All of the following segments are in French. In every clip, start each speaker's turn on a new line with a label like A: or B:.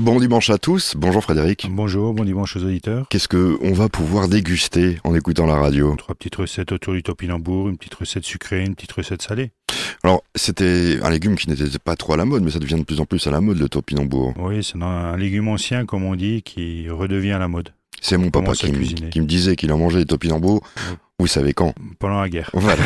A: Bon dimanche à tous. Bonjour Frédéric.
B: Ah, Bonjour, bon dimanche aux auditeurs.
A: Qu'est-ce que on va pouvoir déguster en écoutant la radio
B: Trois petites recettes autour du topinambour, une petite recette sucrée, une petite recette salée.
A: Alors, c'était un légume qui n'était pas trop à la mode, mais ça devient de plus en plus à la mode le topinambour.
B: Oui, c'est un- un légume ancien, comme on dit, qui redevient à la mode
A: C'est mon papa
B: Commence à
A: qui, me-
B: cuisiner.
A: qui me disait qu'il en mangeait des topinambours.
B: Ouais.
A: Vous savez quand
B: pendant la guerre.
A: Voilà.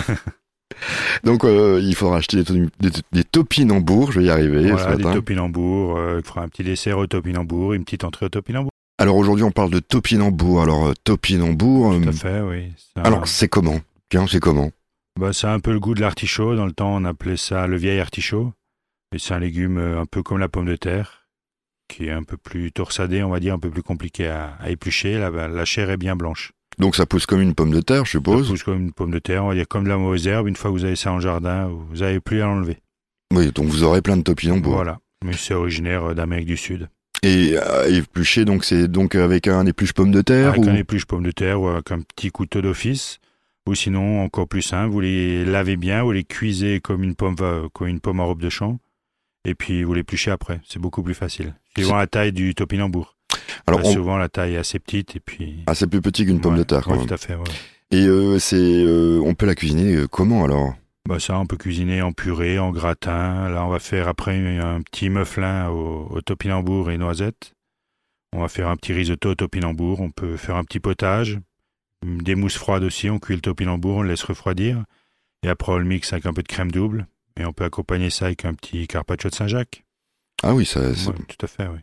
A: Donc, euh, il faudra acheter des, to- des, des topinambours. Je vais y arriver
B: voilà,
A: ce
B: des
A: matin.
B: topinambours, euh, on fera un petit dessert au topinambour, une petite entrée au topinambour.
A: Alors aujourd'hui, on parle de topinambour. Alors, euh, topinambour.
B: Tout
A: euh,
B: à fait, Ah. oui. C'est un-
A: alors, c'est comment Tiens, c'est comment
B: Bah, c'est un peu le goût de l'artichaut. Dans le temps, on appelait ça le vieil artichaut. Et c'est un légume euh, un peu comme la pomme de terre, qui est un peu plus torsadé, on va dire, un peu plus compliqué à, à éplucher. La, la chair est bien blanche.
A: Donc, ça pousse comme une pomme de terre, je
B: Ça
A: suppose.
B: pousse comme une pomme de terre, on va dire comme de la mauvaise herbe. Une fois que vous avez ça en jardin, vous n'avez plus à l'enlever.
A: Oui, donc vous aurez plein de topinambours.
B: Voilà. Mais c'est originaire euh, d'Amérique du Sud.
A: Et euh, éplucher, donc c'est donc avec un épluche pomme de terre
B: Avec
A: ou
B: un épluche pomme de terre ou avec un petit couteau d'office. Ou sinon, encore plus simple, vous les lavez bien, vous les cuisez comme une pomme, va- comme une pomme en robe de champ. Et puis, vous l'épluchez après. C'est beaucoup plus facile. Suivant la taille du topinambour.
A: alors
B: Parce que
A: on-
B: Souvent, la taille est assez petite. Et puis.
A: ah, c'est plus petit qu'une pomme
B: Ouais,
A: de terre. quand
B: ouais,
A: même.
B: tout à fait. ouais.
A: Et euh, c'est euh, on peut la cuisiner euh, comment alors
B: Bah, ça, on peut cuisiner en purée, en gratin. Là, on va faire après un petit mufflin au, au topinambour et noisettes. On va faire un petit risotto au topinambour. On peut faire un petit potage. Des mousses froides aussi. On cuit le topinambour, on le laisse refroidir. Et après, on le mixe avec un peu de crème double. Et on peut accompagner ça avec un petit carpaccio de Saint-Jacques.
A: Ah oui, ça, c'est-
B: Ouais, tout à fait, oui.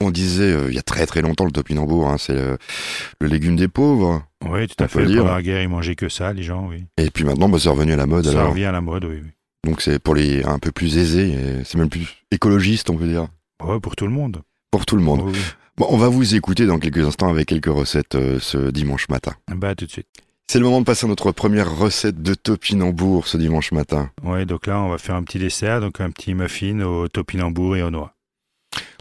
A: on disait euh, il y a très très longtemps le topinambour, hein, c'est euh, le légume des pauvres.
B: Oui, tout
A: On
B: à
A: peut
B: fait.
A: dire.
B: Pendant la guerre, ils mangeaient que ça, les gens, oui.
A: Et puis maintenant, bah, c'est revenu à la mode.
B: Ça
A: alors.
B: revient à la mode, oui. oui.
A: Donc c'est pour les un peu plus aisés, et c'est même plus écologiste, on peut dire,
B: Ouais, pour tout le monde.
A: pour tout le monde.
B: Oui, oui.
A: Bon, on va vous écouter dans quelques instants avec quelques recettes euh, ce dimanche matin.
B: Bah, à tout de suite.
A: C'est le moment de passer à notre première recette de topinambour ce dimanche matin.
B: Ouais, donc là, on va faire un petit dessert, donc un petit muffin au topinambour et aux noix.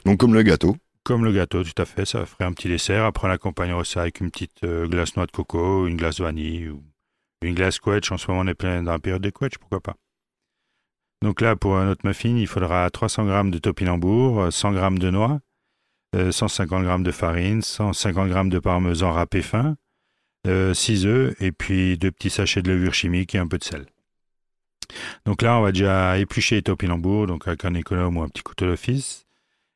A: Donc comme le gâteau.
B: Comme le gâteau, tout à fait, ça ferait un petit dessert. Après, on accompagnera ça avec une petite euh, glace noix de coco, une glace vanille ou une glace quetch. En ce moment, on est plein dans la période des quetch, pourquoi pas. Donc là, pour euh, notre muffin, il faudra 300 g de topinambour, euh, 100 g de noix, euh, 150 g de farine, 150 g de parmesan râpé fin, 6 œufs et puis deux petits sachets de levure chimique et un peu de sel. Donc là, on va déjà éplucher les topinambours, donc avec un économe ou un petit couteau d'office.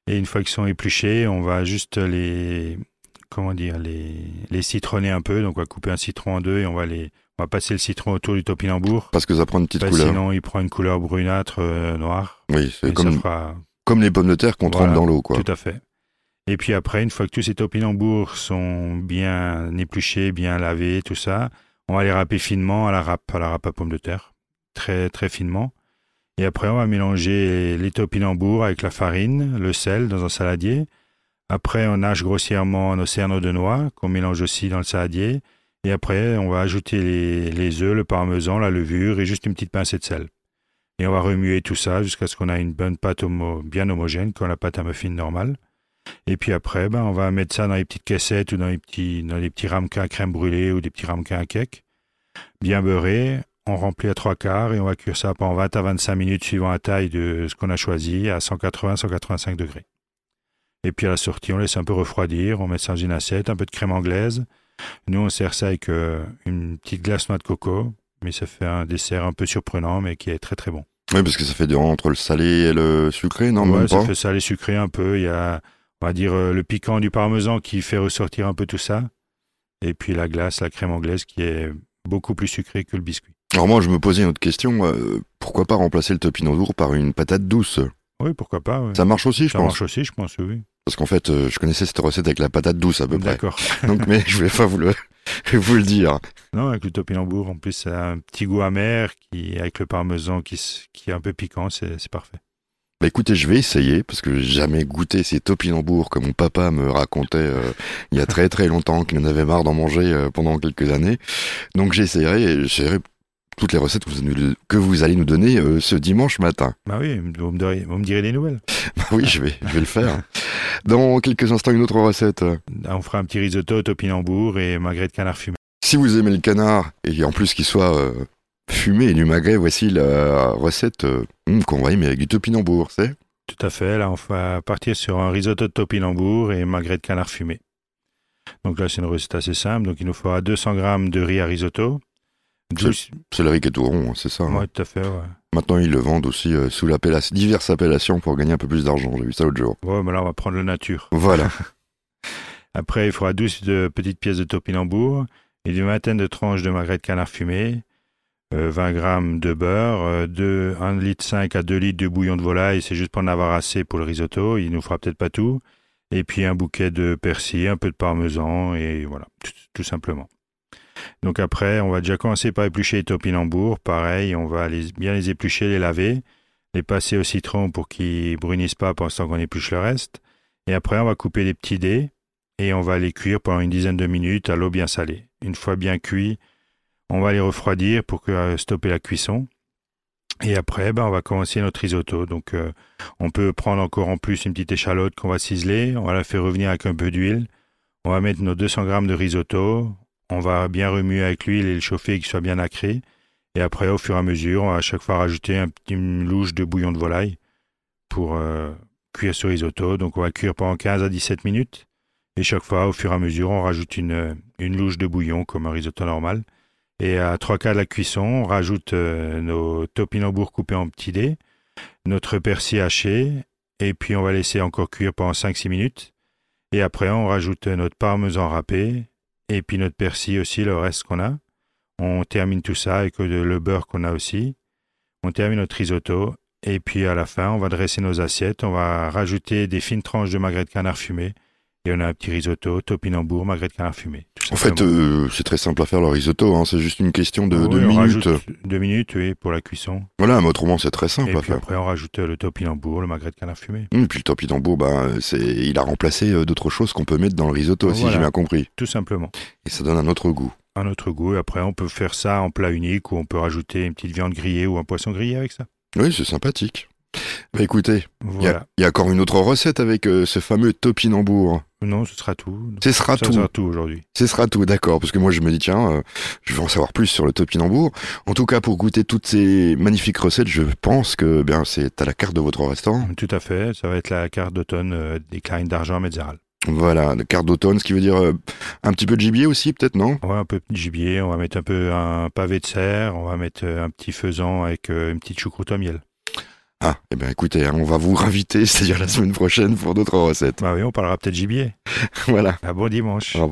B: Et une fois qu'ils sont épluchés, on va juste les comment dire les, les citronner un peu. Donc on va couper un citron en deux et on va les on va passer le citron autour du topinambour.
A: Parce que ça prend une petite
B: Parce que
A: couleur.
B: Bah, sinon, il prend une couleur brunâtre euh, noire.
A: Oui, c'est
B: Et ça
A: comme,
B: fera
A: comme les pommes de terre qu'on
B: Voilà,
A: trempe dans l'eau, quoi.
B: tout à fait. Et puis après, une fois que tous ces topinambours sont bien épluchés, bien lavés, tout ça, on va les râper finement à la râpe, à la râpe à pomme de terre, très très finement. Et après, on va mélanger les topinambours avec la farine, le sel dans un saladier. Après, on nage grossièrement nos cerneaux de noix qu'on mélange aussi dans le saladier. Et après, on va ajouter les, les œufs, le parmesan, la levure et juste une petite pincée de sel. Et on va remuer tout ça jusqu'à ce qu'on a une bonne pâte homo- bien homogène, comme la pâte à muffin normale. Et puis après, ben, on va mettre ça dans les petites caissettes ou dans les petits, dans les petits ramequins à crème brûlée ou des petits ramequins à cake, bien beurrés. On remplit à trois quarts et on va cuire ça pendant 20 à 25 minutes suivant la taille de ce qu'on a choisi à 180-185 degrés. Et puis à la sortie, on laisse un peu refroidir, on met ça dans une assiette, un peu de crème anglaise. Nous, on sert ça avec euh, une petite glace noix de coco, mais ça fait un dessert un peu surprenant, mais qui est très très bon.
A: Oui, parce que ça fait du entre le salé et le sucré, non
B: Ouais,
A: même
B: ça
A: pas.
B: fait salé sucré un peu. Il y a, on va dire, euh, le piquant du parmesan qui fait ressortir un peu tout ça. Et puis la glace, la crème anglaise qui est beaucoup plus sucrée que le biscuit.
A: Alors moi, je me posais une autre question. euh, pourquoi pas remplacer le topinambour par une patate douce
B: Oui, pourquoi pas. oui.
A: Ça marche aussi, je
B: Ça
A: pense.
B: marche aussi, je pense, oui.
A: Parce qu'en fait, euh, je connaissais cette recette avec la patate douce à peu près.
B: D'accord.
A: Donc, mais je voulais pas vous le vous le dire.
B: Non, avec le topinambour, en plus, ça a un petit goût amer qui, avec le parmesan qui, s- qui est un peu piquant, c'est c'est parfait.
A: Bah écoutez, je vais essayer parce que j'ai jamais goûté ces topinambours comme mon papa me racontait euh, il y a très très longtemps qu'il en avait marre d'en manger euh, pendant quelques années. Donc j'essaierai et j'essaierai toutes les recettes que vous, nous- que vous allez nous donner euh, ce dimanche matin.
B: Bah oui, vous me direz, vous me direz des nouvelles.
A: Bah oui, je vais, je vais le faire. Dans quelques instants, une autre recette.
B: On fera un petit risotto au topinambour et magret de canard fumé.
A: Si vous aimez le canard, et en plus qu'il soit euh, fumé et du magret, voici la recette euh, hum, qu'on va aimer avec du topinambour, c'est
B: Tout à fait. Là, on va partir sur un risotto de topinambour et magret de canard fumé. Donc là, c'est une recette assez simple. Donc il nous faudra 200 grammes de riz à risotto.
A: C'est c'est le riz qui est tout rond, c'est ça. hein.
B: Ouais, tout à fait, ouais.
A: Maintenant, ils le vendent aussi euh, sous l'appellation, diverses appellations pour gagner un peu plus d'argent. J'ai vu ça l'autre jour.
B: Ouais, mais là, on va prendre le nature.
A: Voilà.
B: Après, il faudra 12 de petites pièces de topinambour et une vingtaine de tranches de magret de canard fumé, euh, 20 grammes de beurre, euh, deux- 1,5 litre à 2 litres de bouillon de volaille, c'est juste pour en avoir assez pour le risotto, il nous fera peut-être pas tout. Et puis un bouquet de persil, un peu de parmesan et voilà, tout, tout simplement. Donc après, on va déjà commencer par éplucher les topinambours, pareil, on va les- bien les éplucher, les laver, les passer au citron pour qu'ils brunissent pas pendant qu'on épluche le reste. Et après, on va couper les petits dés et on va les cuire pendant une dizaine de minutes à l'eau bien salée. Une fois bien cuits, on va les refroidir pour que- euh, stopper la cuisson. Et après, ben, on va commencer notre risotto. Donc, euh, on peut prendre encore en plus une petite échalote qu'on va ciseler. On va la faire revenir avec un peu d'huile. On va mettre nos 200 grammes de risotto. On va bien remuer avec l'huile et le chauffer qu'il soit bien nacré. Et après, au fur et à mesure, on va à chaque fois rajouter un petit- une louche de bouillon de volaille pour euh, cuire ce risotto. Donc, on va le cuire pendant 15 à 17 minutes. Et chaque fois, au fur et à mesure, on rajoute une, une louche de bouillon comme un risotto normal. Et à trois quarts de la cuisson, on rajoute euh, nos topinambours coupés en petits dés, notre persil haché, et puis on va laisser encore cuire pendant 5-6 minutes. Et après, on rajoute notre parmesan râpé, et puis notre persil aussi, le reste qu'on a. On termine tout ça avec de- le beurre qu'on a aussi. On termine notre risotto, et puis à la fin, on va dresser nos assiettes, on va rajouter des fines tranches de magret de canard fumé, et on a un petit risotto, topinambour, magret de canard fumé. tout
A: En
B: simplement.
A: fait, euh, c'est très simple à faire le risotto. hein. C'est juste une question de,
B: Ah Oui,
A: de
B: on
A: minutes.
B: rajoute Deux minutes, oui, pour la cuisson.
A: Voilà, mais autrement, c'est très simple
B: Et
A: à
B: puis
A: faire.
B: après, on rajoute euh, le topinambour, le magret de canard fumé.
A: Hum, puis le topinambour, bah, c'est, il a remplacé euh, d'autres choses qu'on peut mettre dans le risotto, si
B: Voilà.
A: j'ai bien compris.
B: Tout simplement.
A: Et ça donne un autre goût.
B: Un autre goût. Et après, on peut faire ça en plat unique ou on peut rajouter une petite viande grillée ou un poisson grillé avec ça.
A: Oui, c'est sympathique. Bah écoutez, il y a-
B: Voilà.
A: il y, a encore une autre recette avec euh, ce fameux topinambour.
B: Non, ce sera tout.
A: Ce sera
B: Ça
A: tout.
B: sera tout aujourd'hui.
A: Ce sera tout, d'accord, parce que moi je me dis tiens, euh, je veux en savoir plus sur le topinambour. En tout cas, pour goûter toutes ces magnifiques recettes, je pense que eh bien c'est à la carte de votre restaurant.
B: Tout à fait. Ça va être la carte d'automne euh, des clarines d'argent à Metzeral.
A: Voilà, la carte d'automne, ce qui veut dire euh, un petit peu de gibier aussi, peut-être non
B: On va un peu de gibier, on va mettre un peu un pavé de serre, on va mettre euh, un petit faisan avec euh, une petite choucroute au miel.
A: Ah, eh bien écoutez, hein, on va vous raviter, c'est-à-dire la semaine prochaine pour d'autres recettes.
B: Bah oui, on parlera peut-être gibier.
A: voilà.
B: À bon dimanche.
A: Au revoir.